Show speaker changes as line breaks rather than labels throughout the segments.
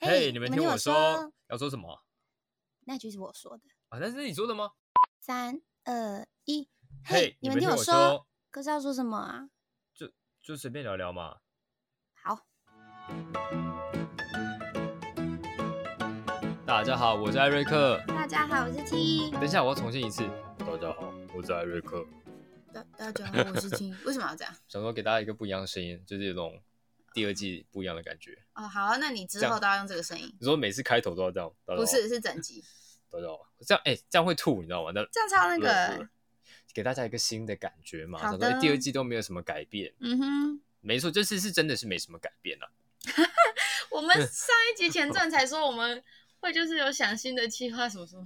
嘿、
嘿
你们
我
听我
说，
要说什么
那句是我说的。
啊？那是你说的吗？
三二一，
嘿
嘿，你们听
听
我说，
说，
可是要说什么啊？
就随便聊聊嘛。
好，
大家好，我是艾瑞克。
大家好，我是 T。
等一下，我要重新一次。大家好，我是艾瑞克。
大大家好，我是 T。为什么要这样？
想说给大家一个不一样的声音，就是有种第二季不一样的感觉。
哦，好、啊，那你之
这样
后都要用这个声音，
你说每次开头都要这样？大家好哦
不是是整集，
大家好，这样哎、这样会吐，你知道吗？那
这样超那
不
个
是。给大家一个新的感觉嘛。
好
想说哎
的
第二季都没有什么改变，
嗯哼，
没错，这次是真的是没什么改变啊。
我们
嗯
上一集前传才说我们会就是有想新的计划什么什么，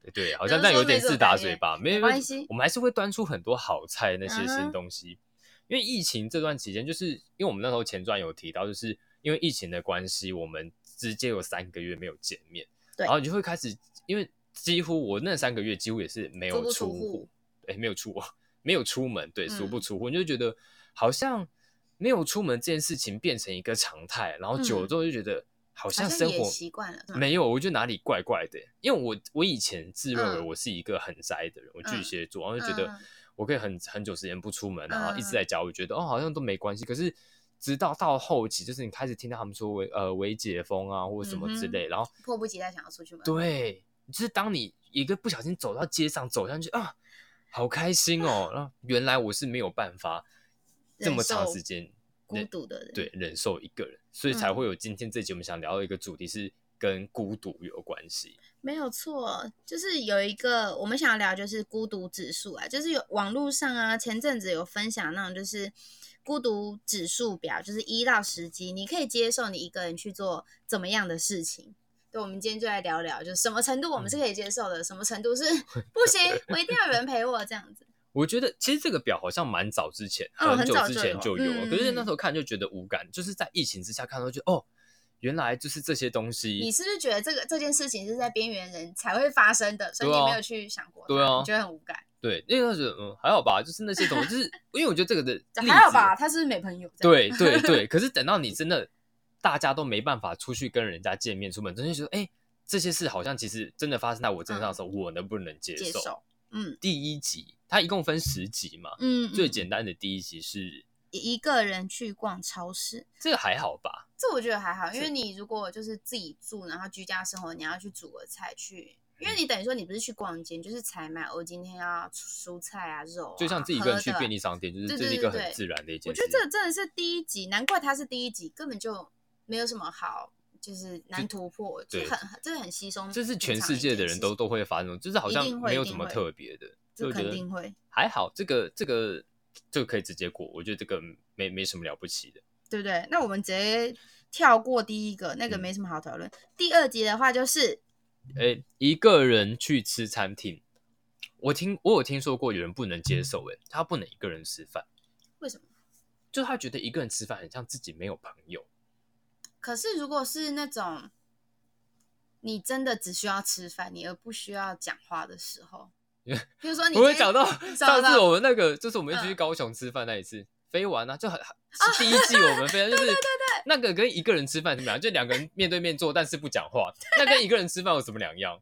对对，好
有
像
的
但
时候
有点
没什么
自打
改
嘴
变
巴，没有
没关系
我们还是会端出很多好菜那些
嗯
新
哼
东西。因为疫情这段期间，就是因为我们那时候前传有提到，就是因为疫情的关系，我们直接有三个月没有见面，
对
然后你就会开始，因为几乎我那三个月几乎也是没
足
有
不
出
出户，
哎、没有出国，没有出门，对，足不
嗯
出户，你就觉得好像没有出门这件事情变成一个常态，然后久了
嗯
之后就觉得好
好
像
像
生
也
活
习惯了。是吗
没有，我觉得哪里怪怪的，因为我我以前自认为
嗯
我是一个很宅的人，我巨
嗯
蟹座，然后就觉
嗯
得
嗯
我可以很很久时间不出门，然后一直
嗯
在家，我觉得哦好像都没关系。可是直到到后期，就是你开始听到他们说为呃为解封啊或者什么之
嗯哼
类，然后
迫不及待想要出去玩。
对，就是当你一个不小心走到街上走上去啊，好开心 哦，然后原来我是没有办法这
忍
么长
受
时间
孤
忍
独的人。
对，忍受一个人，所以才
嗯
会有今天这集我们想聊的一个主题是跟孤独有关系。
没有错，就是有一个我们想要聊，就是孤独指数啊，就是有网络上啊，前阵子有分享那种就是孤独指数表，就是一到十级，你可以接受你一个人去做怎么样的事情。对，我们今天就来聊聊，就是什么程度我们是可以接受的，什么 程度是不行，我一定要有人陪我这样子。
我觉得其实这个表好像蛮早之前，
嗯
很
很
久
早
之
就
前
有
就有了，
嗯
可是
嗯
那
嗯
时候看就觉得无感，就是在疫情之下看到就哦，原来就是这些东西，
你是不是觉得这个这件事情是在边缘人才会发生的，所以
对
你
啊
没有去想过它，
对啊
你觉得很无感？
对，那个时候觉得嗯还好吧，就是那些东 西，就是因为我觉得这个的例
还好
子
吧，他是不是没朋友？这
对
样，
对 对，可是等到你真的大家都没办法出去跟人家见面、出门，真的觉得哎、这些事好像其实真的发生在我身上的时候，我能不能接
嗯接
受？
受，嗯
第一集它一共分十集嘛，
嗯，
最
嗯
简单的第一集是
一个人去逛超市，
这个还好吧？
这我觉得还好，因
是
为你如果就是自己住，然后居家生活，你要去煮个菜去，因为你等于说你不是去逛街，你就是采买。我今天要蔬菜啊、肉啊，
就像自己一个人去
喝的啊
便利商店，就是
对
这
对
是一个
对
很
对
自然的一件
我
事
觉
情。
得这真的是第一集，难怪它是第一集，根本就没有什么好，就是难突破，就
对
很这是很稀松平常一件
这
事
是
情，
全世界的人都都会发生，就是好
一
像
定会
没有
一
什
定
么
会
特别的，
这
就觉
肯
得
定会。
还好，这个这个就可以直接过，我觉得这个没没什么了不起的。
对不对？那我们直接跳过第一个，那个
嗯
没什么好讨论。第二集的话就是
诶、一个人去吃餐厅，我听我有听说过有人不能接受、诶，他不能一个人吃饭，
为什么？
就他觉得一个人吃饭很像自己没有朋友。
可是如果是那种你真的只需要吃饭，你而不需要讲话的时 候，比如说你
我会
今天
讲到 上次我们那个，就是我们一起去
嗯
高雄吃饭那一次，飞完啊，就很是第一季我们飞啊完，就是那个跟一个人吃饭怎么样？就两个人面对面坐，但是不讲话，那跟一个人吃饭有什么两样？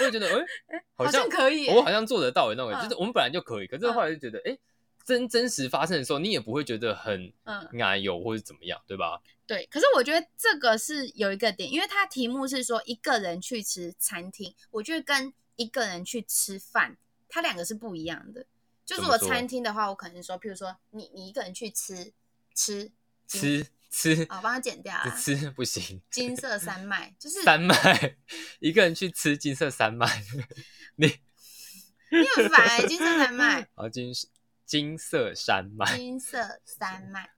我也觉得，哎、
好
像
可以耶、
我好像做得到的那种，
嗯
就是我们本来就可以，可是后来就觉得，哎、真真实发生的时候，你也不会觉得很
嗯
奶油或者怎么样，对吧？
对。可是我觉得这个是有一个点，因为它题目是说一个人去吃餐厅，我觉得跟一个人去吃饭，它两个是不一样的。就是
怎么
我
说
餐厅的话，我可能说，譬如说你你一个人去吃吃
吃吃
啊，我帮他 剪掉啊，
吃不行，
金色山脉就是
三麦一个人去吃金色三麦，你
你很烦、 欸，金色山脉，
好金金色山脉，
金色山脉。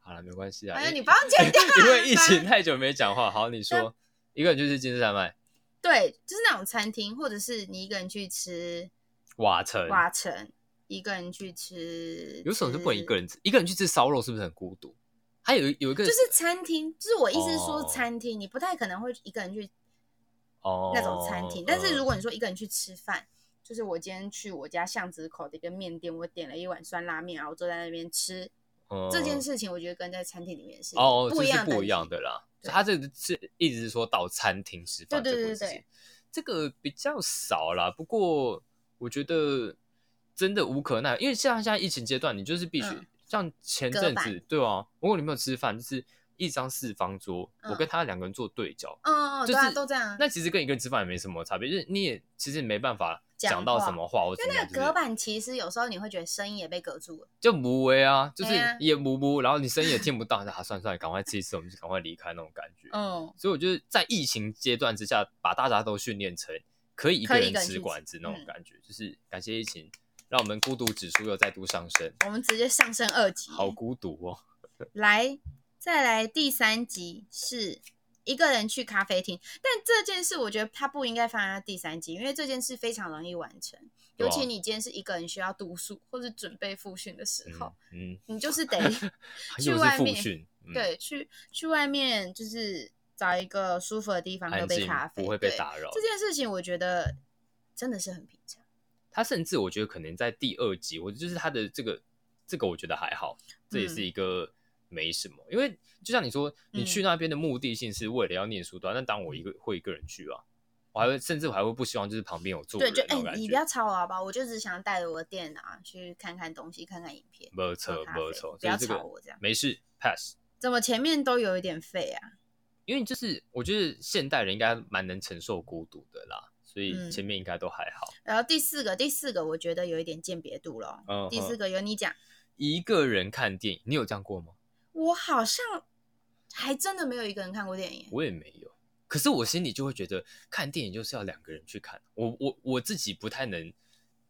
好了，没关系啊，
哎呀，
因，
你不要剪 掉啊
因为疫
很
情
烦
太久没讲话，好，你说一个人去吃金色山脉
对，就是那种餐厅，或者是你一个人去吃
瓦城，
瓦城，一个人去吃，
有什么是不能一个
人？
人吃？一个人去吃烧肉是不是很孤独？还有有一个
就是餐厅，就是我意思是说
哦
餐厅，你不太可能会一个人去
哦嗯
那种餐厅。但是如
果
果你说一个人去吃饭，就是我今天去我家巷子口的一个面店，我点了一碗酸拉面，然后我坐在那边吃，这件
事
事情我觉得跟在餐厅里面是
哦
不一样
这是
的
不一样的啦，所以他这个是一直是说到餐厅吃饭
对
这
对
回
对
事
对
情，这个比较少啦。不过我觉得真的无可奈，因为像现在疫情阶段，你就是必须、
嗯
像前
隔
阵
板
子对啊，我跟你没有吃饭，就是一张四方桌，我跟他两个人坐对角，
嗯嗯，嗯
就
对啊，
是
都这样啊。
那其实跟一个人吃饭也没什么差别，就是你也其实没办法
讲
讲到
话
什么话，或
因
怎
为
么
那
样，
个
就是
隔板其实有时候你会觉得声音也被隔住了，
就无为啊，就是
哎呀
也无无，然后你声音也听不到， 啊，算了算了，赶快吃一次，我们就赶快离开那种感觉。
嗯，
所以我觉得在疫情阶段之下，把大家都训练成可以一
可
个
以
人
一个人去
吃
吃
馆子那种
嗯
感觉，就是感谢疫情，让我们孤独指数又再度上升，
我们直接上升二级。
好孤独哦。
来，再来第三集是一个人去咖啡厅，但这件事我觉得它不应该放在第三集，因为这件事非常容易完成，
对啊
尤其你今天是一个人需要读书或是准备复训的时候，
嗯 嗯，
你就是得去
又是
外
复
面，
训，嗯，
对，去去外面就是找一个舒服的地方喝
安
杯
静
咖啡，
不会被
对。
打扰
这。件事情我觉得真的是很平常，
他甚至我觉得可能在第二集，我就是他的这个这个我觉得还好，这也
嗯
是一个没什么，因为就像你说，你去那边的目的性是为了要念书啊端，那当然
嗯
我一个会一个人去啊，我还会甚至我还会不希望就是旁边有坐
对，
人
就
那
哎、
种感
你不
觉
要。吵我好吧，我就只想带着我的电脑去看看东西，看看影片。
没
喝
错，
咖
没
啡
错，
不要
就是这
吵
个
我这啊样。
没事，pass。
怎么前面都有一点废啊？
因为就是我觉得现代人应该蛮能承受孤独的啦，所以
嗯
前面应该都还好。
然后第四个，第四个我觉得有一点鉴别度咯。
嗯
第四
哼
个由你讲，
一个人看电影，你有这样过吗？
我好像还真的没有一个人看过电影耶。
我也没有。可是我心里就会觉得，看电影就是要两个人去看。我我我自己不太能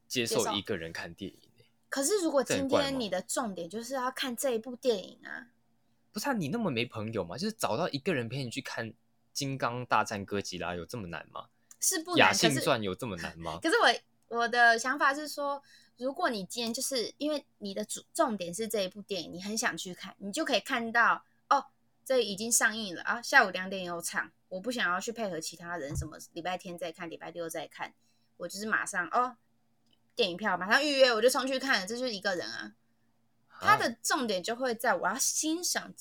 接
接
受
受
一个人看电影欸、
可是如果
这很
今
怪
天
吗
你的重点就是要看这一部电影啊，
不是啊，你那么没朋友嘛？就是找到一个人陪你去看《金刚大战哥吉拉》有这么难吗？
是不
《
难。
雅
可
信
是
传》有这么难吗？
可是我我的想法是说，如果你今天就是因为你的主重点是这一部电影，你很想去看，你就可以看到哦，这已经上映了啊，下午两点有场，我不想要去配合其他人，什么礼拜天再看，礼拜六再看，我就是马上哦，电影票马上预约，我就冲去看了，这就是一个人啊。他
啊
的重点就会在我要欣赏，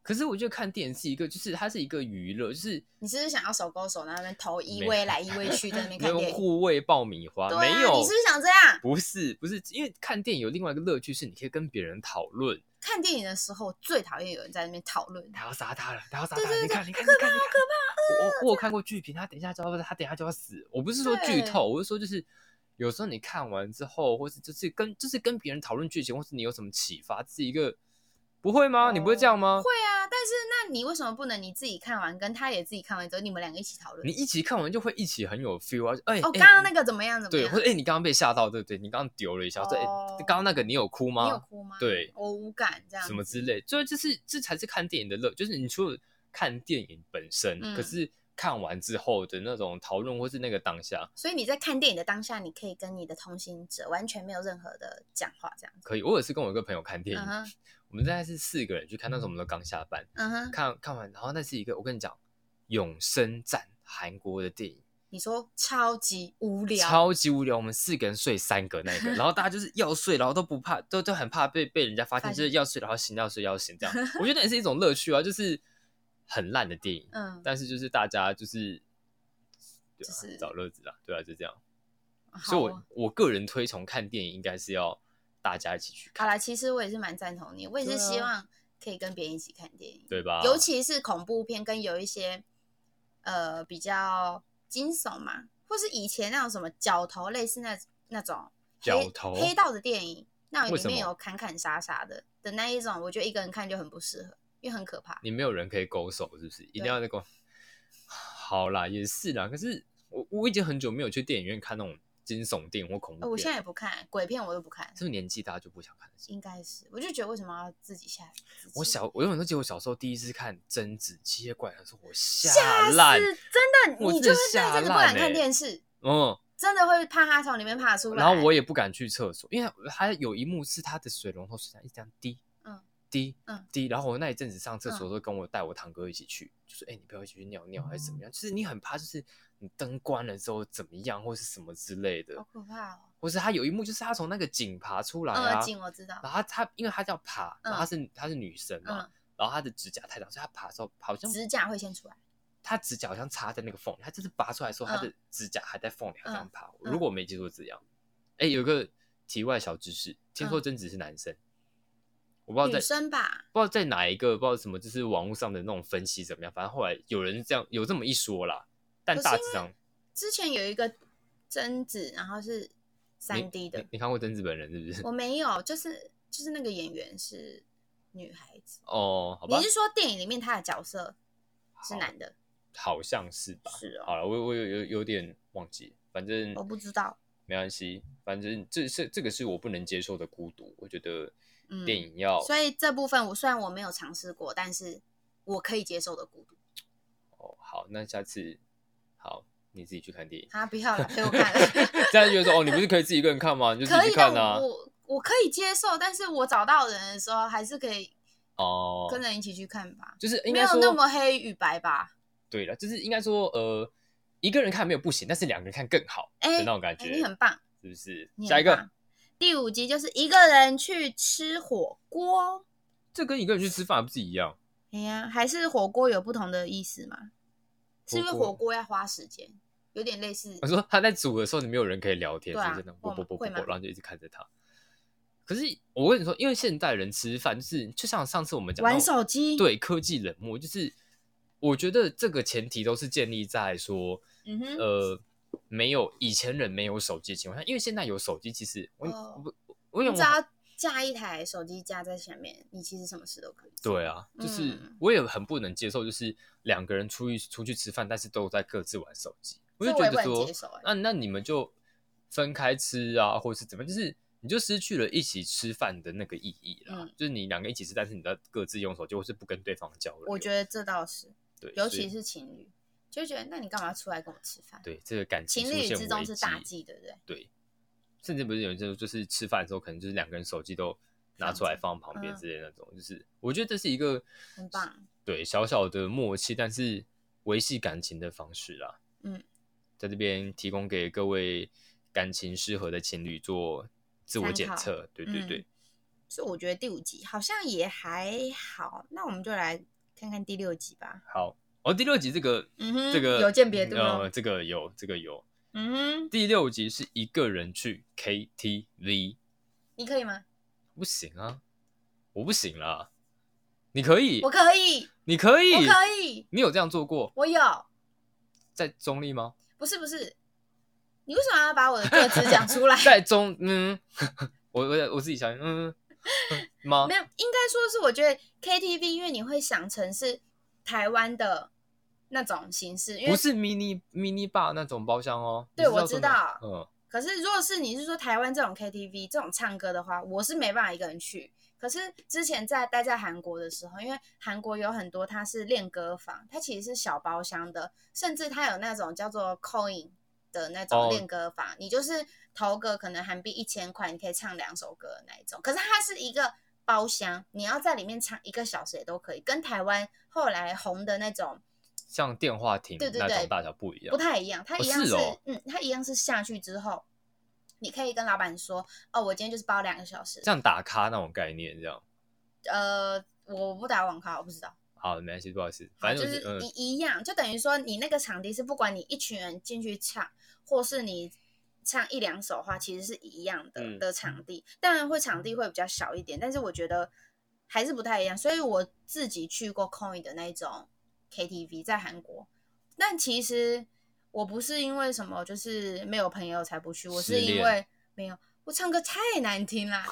可是我觉得看电影是一个，就是它是一个娱乐，就是
你是不是想要手勾手，然后在那边头依
没
偎来依偎去，在那边
没
看
有
电影？
护卫爆米花，
对
没
啊，
有。
你是不是想这样？
不是不是，因为看电影有另外一个乐趣是，你可以跟别人讨论，
看电影的时候，我最讨厌有人在那边讨论。
他要杀他了，他要杀他
对
了，
对
你
对
看你看你看你看，我我我有看过剧评，他等一下就要他等一下就要死，我不是说剧
对
透，我是说就是有时候你看完之后，或是就是跟就是跟别人讨论剧情，或是你有什么启发，是一个不会
哦
吗？你不会这样吗？
会啊，但是那你为什么不能你自己看完，跟他也自己看完之后，你们两个一起讨论
你？一起看完就会一起很有 feel 啊！哎、
哦，
哎
刚刚那个怎么样？怎么
对，
样？
或者哎、你刚刚被吓到，对不对？你刚刚丢了一下，说哎，
哦
刚刚那个你有哭吗？
你有哭吗？
对
我无感这样。
什么之？类，就就是这才是看电影的乐，就是你除了看电影本身，
嗯
可是看完之后的那种讨论或是那个当下，
所以你在看电影的当下，你可以跟你的同行者完全没有任何的讲话，这样子。
可以。我有一次跟我一个朋友看电影，
嗯哼，
我们大概是四个人去看，那时候我们都刚下班，
嗯哼，
看看完，然后那是一个我跟你讲，《永生战》韩国的电影，
你说超级无聊，
超级无聊，我们四个人睡三个那个，然后大家 就是要睡，然后都不怕，都都很怕被被人家发现，
发
就是
现
要睡，然后醒要睡要 醒这样，我觉得也是一种乐趣啊，就是很烂的电影，
嗯，
但是就是大家就是对啊，
就是
找乐子啦，对啊，就这样。所
好
以
哦。
我我个人推崇看电影应该是要大家一起去
好
看，
啦，其实我也是蛮赞同你，我也是
对啊
希望可以跟别人一起看电影，
对吧？
尤其是恐怖片跟有一些呃比较惊悚嘛，或是以前那种什么角头类似那那种
角
黑
头
黑道的电影，那
为
里
什
面
么
有砍砍杀杀的的那一种，我觉得一个人看就很不适合，因为很可怕。
你没有人可以勾手，是不是？一定要那个。好啦，也是啦。可是我我已经很久没有去电影院看那种惊悚电影或恐
呃
怖
我现
片，
在也不看鬼片，我都不看，
是不是年纪大就不想看了？
应该是我就觉得为什么要自己吓自己？
我小，我永远都记得我小时候第一次看《贞子七夜怪》的时候，我
吓
吓
死，
烂，
真的，
我
你
真
就
的
会那一
吓
阵子不
烂
敢看
欸
电视，
嗯，
真的会怕它从里面爬出来。
然后我也不敢去厕所，因为它有一幕是它的水龙头水这样一直这样滴，
嗯
滴，
嗯
滴。然后我那一阵子上厕所都跟我带我堂哥一起去，就说：“哎、你不要一起去尿尿还是怎
哦
么样？”就是你很怕，就是你灯关了之后怎么样，或是什么之类的
好，可怕哦，
或是他有一幕就是他从那个井爬出来啊，
嗯，景我知道，
然后他他因为他叫爬，然后他是、她他是女生嘛，
嗯
然后他的指甲太长，所以他爬的时候好像
指甲会先出来。
他指甲好像插在那个缝里，他这次拔出来的时候，他的指甲还在缝里，还这样爬。
嗯
如果我没记错字样，哎、有一个题外小知识，听说贞子是男生，我不知道在
嗯女生吧，
不知道在哪一个，不知道什么，就是网络上的那种分析怎么样。反正后来有人这样有这么一说啦，但
可是
大
因
致上
之前有一个贞子，然后是三 D
你
的
你，你看过贞子本人是不是？
我没有，就是就是那个演员是女孩子。
哦，好吧
你，是说电影里面她的角色是男的？
好像是吧。
是哦，
好了，我我有有有点忘记，反正
我不知道。
没关系，反正这是这个是我不能接受的孤独。我觉得
嗯
电影要、
所以这部分我虽然我没有尝试过，但是我可以接受的孤独。，
哦，好，那下次好你自己去看电影
啊，不要了，陪我看了。
这样就说哦，你不是可以自己一个人看吗？你就自
可
己
以，
去
但
看啊。
我我可以接受，但是我找到人的时候，还是可以
哦，
跟人一起去看吧，
就是应
没
该
有
说
那么黑与白吧？
对了，就是应该说呃，一个人看没有不行，但是两个人看更好的
哎、
那种感觉，
哎你很棒，
是不是？
你很
下一个
棒，。第五集就是一个人去吃火锅，
这跟一个人去吃饭还不是一样？
哎呀，还是火锅有不同的意思吗？是因为
火锅哦
火锅要花时间，有点类似
我说他在煮的时候，你没有人可以聊天，
对啊
是不是？那种啵
会
啵啵啵
会吗
啵，然后就一直看着他。可是我跟你说，因为现代人吃饭就是，就像上次我们讲
玩
到
手机。，
对科技冷漠，就是我觉得这个前提都是建立在说，
嗯哼，
呃，没有以前人没有手机的情况下，因为现在有手机，其实我、
哦
我不我
你
有
只要架一台手机架在前面，你其实什么事都可以做。
对啊，就是
嗯
我也很不能接受，就是两个人出去出去吃饭，但是都在各自玩手机，我就
这我
觉
也
得
不能
说
接受、，哎，
那那你们就分开吃啊，或者是怎么样，就是你就失去了一起吃饭的那个意义啦。
嗯
就是你两个一起吃，但是你在各自用手机，或是不跟对方交流。
我觉得这倒是。
对，
尤
所以
其是情侣，就会觉得那你干嘛出来跟我吃饭？
对这个感情
情
出
侣
现
之中
危
是大
机
忌，对不对？
对，甚至不是有人就就是吃饭的时候，可能就是两个人手机都拿
放
出来
着
放旁边
嗯
之类的那种，就是我觉得这是一个
很棒，
对小小的默契，但是维系感情的方式啦。
嗯，
在这边提供给各位感情适合的情侣做自我
参
检
考
测，对对
嗯
对。
所以我觉得第五集好像也还好，那我们就来看看第六集吧。
好，哦，第六集这个，
嗯哼
这个
有鉴别度咯
呃，这个有，这个有。
嗯哼，
第六集是一个人去 KTV，
你可以吗？
不行啊，我不行啦。你可以
我，可以，
你可以，
我可以，
你有这样做过
我有，
在中立吗？？
不是不是，你为什么要把我的个词讲出来
在中，嗯， 我我我自己想，嗯， 嗯吗
没？有，应该说是我觉得 KTV，因为你会想成是台湾的那种形式，因为
不是 mini mini bar 那种包厢哦。你
对
是
我
要说
知
那
道
种嗯，
可是，如果是你是说台湾这种 KTV 这种唱歌的话，我是没办法一个人去。可是之前在待在韩国的时候，因为韩国有很多它是练歌房，它其实是小包厢的，甚至它有那种叫做 coin 的那
哦
种练歌房，你就是投个可能韩币一千块，你可以唱两首歌的那一种。可是它是一个包厢，你要在里面唱一个小时也都可以，跟台湾后来红的那种
像电话亭
对对
那种
对
大小不一样
不。太一样，它
哦
一样
是
是,、
哦
嗯，它一样是下去之后，你可以跟老板说，哦，我今天就是包两个小时，
像打卡那种概念，这样。
呃，我不打网咖，我不知道，
好，没关系，不好意思，
好
反
就
正
是
嗯
一一样，就等于说你那个场地是不管你一群人进去唱，或是你唱一两首的话，其实是一样的、
嗯
的场地，当然会场地会比较小一点，但是我觉得还是不太一样，所以我自己去过 Coin 的那种 KTV 在韩国，但其实我不是因为什么就是没有朋友才不去，我
失
是因
恋
为没有我唱歌太难听 啦。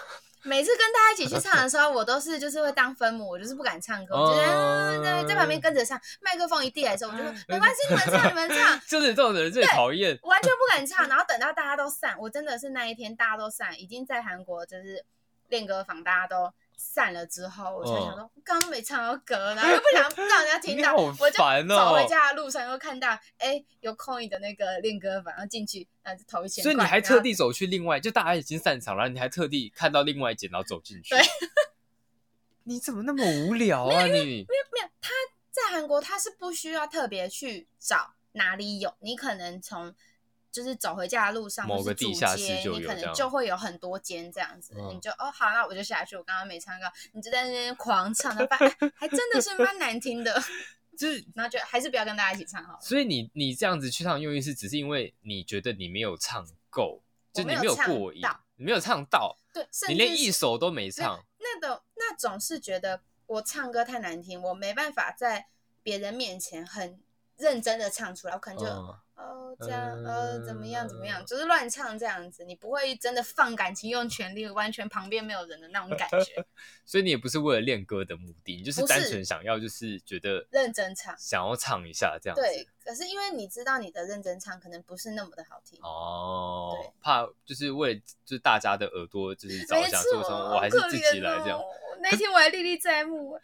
每次跟大家一起去唱的时候，我都是就是会当分母，我就是不敢唱歌，我就在、啊在在旁边跟着唱，麦克风一递来的时候，我就说
嗯
没关系，你们唱，你 们唱，
就是这种人最讨厌。
完全不敢唱。然后等到大家都散，我真的是那一天大家都散，已经在韩国就是练歌房大家都散了之后，我才想说，我刚刚没唱到歌，然后又不想不让人家听到，
嗯你好
我就
烦哦
走回家的路上又看到，哎、有 Coin 的那个练歌房，然后进去，然后就投一千
所
块，
以你还
然
特
后
地走去另外，就大家已经散场了，你还特地看到另外一间，然后走进去。
对，
你怎么那么无聊啊你？
没有，他在韩国他是不需要特别去找哪里有，你可能从就是走回家的路上，
某个
或是
地
主
下
街
室就
你
有
可
这
能
样
就会有很多间这样子，
嗯
你就哦好，那我就下去，我刚刚没唱到，你就在那 边狂唱，然后发现哎还真的是蛮难听的，
就是
然后就还是不要跟大家一起唱好了。
所以你你这样子去唱用意是，只是因为你觉得你没有唱够，就
我
你
没有
没有
唱
过瘾
到，
你没有唱到，
对，甚
你
至
连
是
一首都没
没有
唱，
那种那种是觉得我唱歌太难听，我没办法在别人面前很认真的唱出来，我可能就、
嗯，
哦这样呃怎么样怎么样，
嗯
就是乱唱这样子，你不会真的放感情用全力，完全旁边没有人的那种感 觉，
所以你也不是为了练歌的目的，你就是
不
单
是
纯想要就是觉得
认真唱。
想要唱一下这样子，
对，可是因为你知道你的认真唱可能不是那么的好听，
哦
对，
怕就是为了就是大家的耳朵就是着
没
想，
错，
所以说我还是
好可
自己
怜
来这样
哦。那天我还历历在目，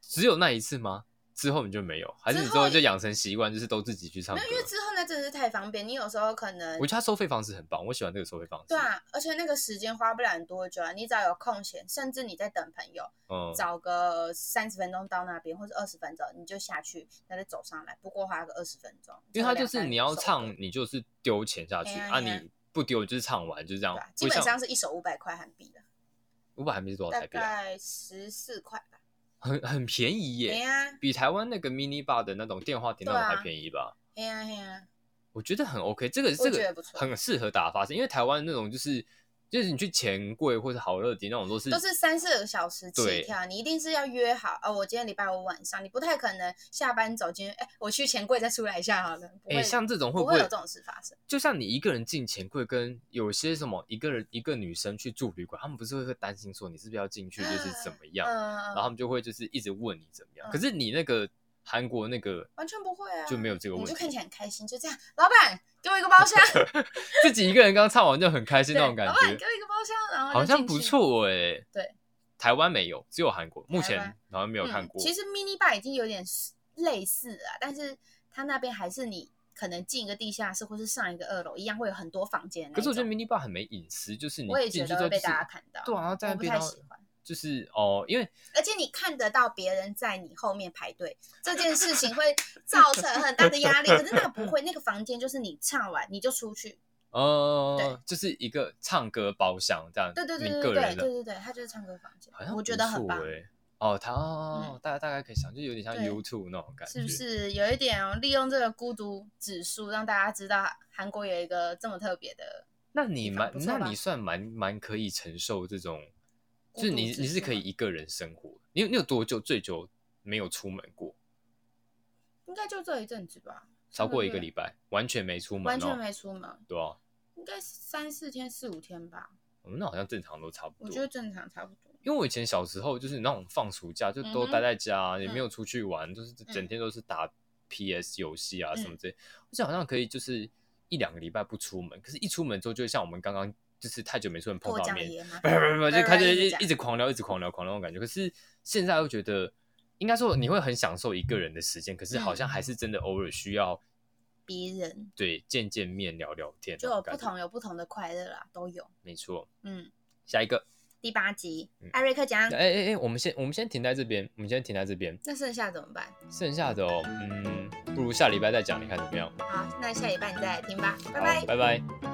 只有那一次吗？之后你就没有，还是你
之
之
后
后就养成习惯，就是都自己去唱
没
歌
有，？因为之后那真的是太方便，你有时候可能
我觉得他收费方式很棒，我喜欢这个收费方式。
对啊，而且那个时间花不了很多久啊，你只要有空闲，甚至你在等朋友，
嗯，
找个三十分钟到那边，或者二十分钟，你就下去，然后再走上来，不过花个二十分钟。
因为
它
他就是你要唱，你就是丢钱下去
哎呀
啊，
哎呀
你不丢就是唱完就是这样
对、啊，，基
哦不
本
像
上是一首五百块韩币的，
五百还没是多少
大
台币啊，
概十四块吧。
很很便宜
哎
耶，
呀，
比台湾那个 mini bar 的那种电话亭那种
对啊
还便宜吧？
哎呀，哎呀，
我觉得很 OK，这个
我
这
觉得
个
不错
很适合打发式，因为台湾那种就是就是你去钱柜或者好乐迪那种都是哎
都是三四个小时起
对
跳，你一定是要约好哦。我今天礼拜五晚上，你不太可能下班走进去，哎，我去钱柜再出来一下好了。不
哎、
会，嗯
像这种会不
不会
会
有这种事发生？
就像你一个人进钱柜，跟有些什么一个人一个女生去住旅馆，他们不是会会担心说你是不是要进去就是怎么样，然后他
嗯，
们就会就是一直问你怎么样。
嗯
可是你那个韩国那个
完全不会啊，
就没有这个
你
问
就看
题，
起来很开心，就这样。老板，给我一个包厢。
自己一个人刚唱完 就很开心
对，
那种感
老板给
觉，
我一个包厢，然后就
好像
进
不
去。
错哎、
对，
台湾没有，只有韩国，目
台
前
湾
好像没有看
嗯
过。
其实 mini bar 已经有点类似了啊，但是它那边还是你可能进一个地下室或是上一个二楼，一样会有很多房间的那
可
一
是
种。
我觉得 mini bar 很没隐私，就是你
我也
进
觉
去之
得
后
会
就
被
是
大家看到，
对啊，然后在那
我不
边
太
然后
喜欢，
就是哦，因为
而且你看得到别人在你后面排队，这件事情会造成很大的压力。可是那不会，那个房间就是你唱完你就出去，
呃
对，
就是一个唱歌包厢这样，
对对对
你
对
个
对对
人的
对对对，它就是唱歌房间
好像，
我觉
不
得很
错
棒。嗯
欸哦，他哦，大家大概可以想，就有点像
对
YouTube 那种感觉，
是不是有一点、哦、利用这个孤独指数，让大家知道韩国有一个这么特别的？
那你
地
蛮
方，不错
那
吧
你算蛮蛮可以承受这种，
孤
就是
独
你
指
你是
数
可以
吗
一个人生活，你有你有多久最久没有出门过？
应该就这一阵子吧，
超
差不
过一
多
个礼拜，完全没出门、哦，
完全没出门，
对啊，
应该三四天、四五天吧，
我们那好像正常都差不
我
多
觉。得正常差不多。
因为我以前小时候就是那种放暑假就都
嗯哼
待在家啊、也
嗯
没有出去玩，就是整天都是打 PS 游戏啊
嗯
什么之类。我想好像可以就是一两个礼拜不出门，可是一出门之后就会像我们刚刚就是太久没出门碰
过
到
奖的
面，
爷吗
不？不不不，就开始
一直
一
讲
一直狂聊，一直狂聊，狂聊那种感觉。可是现在又觉得，应该说你会很享受一个人的时间，可是好像
嗯
还是真的偶尔需要
逼人，
对见见面聊聊天那
就有
种
不
感觉，
同有不同的快乐啦，都有。
没错。
嗯，
下一个，
第八集
嗯，
艾瑞克讲
哎，哎哎，我们先我们先停在这边，我们先停在这边。
那剩下怎么办？
剩下的哦，嗯，不如下礼拜再讲，你看怎么样？
好，那下礼拜你再来听吧，拜
好
拜。
拜拜。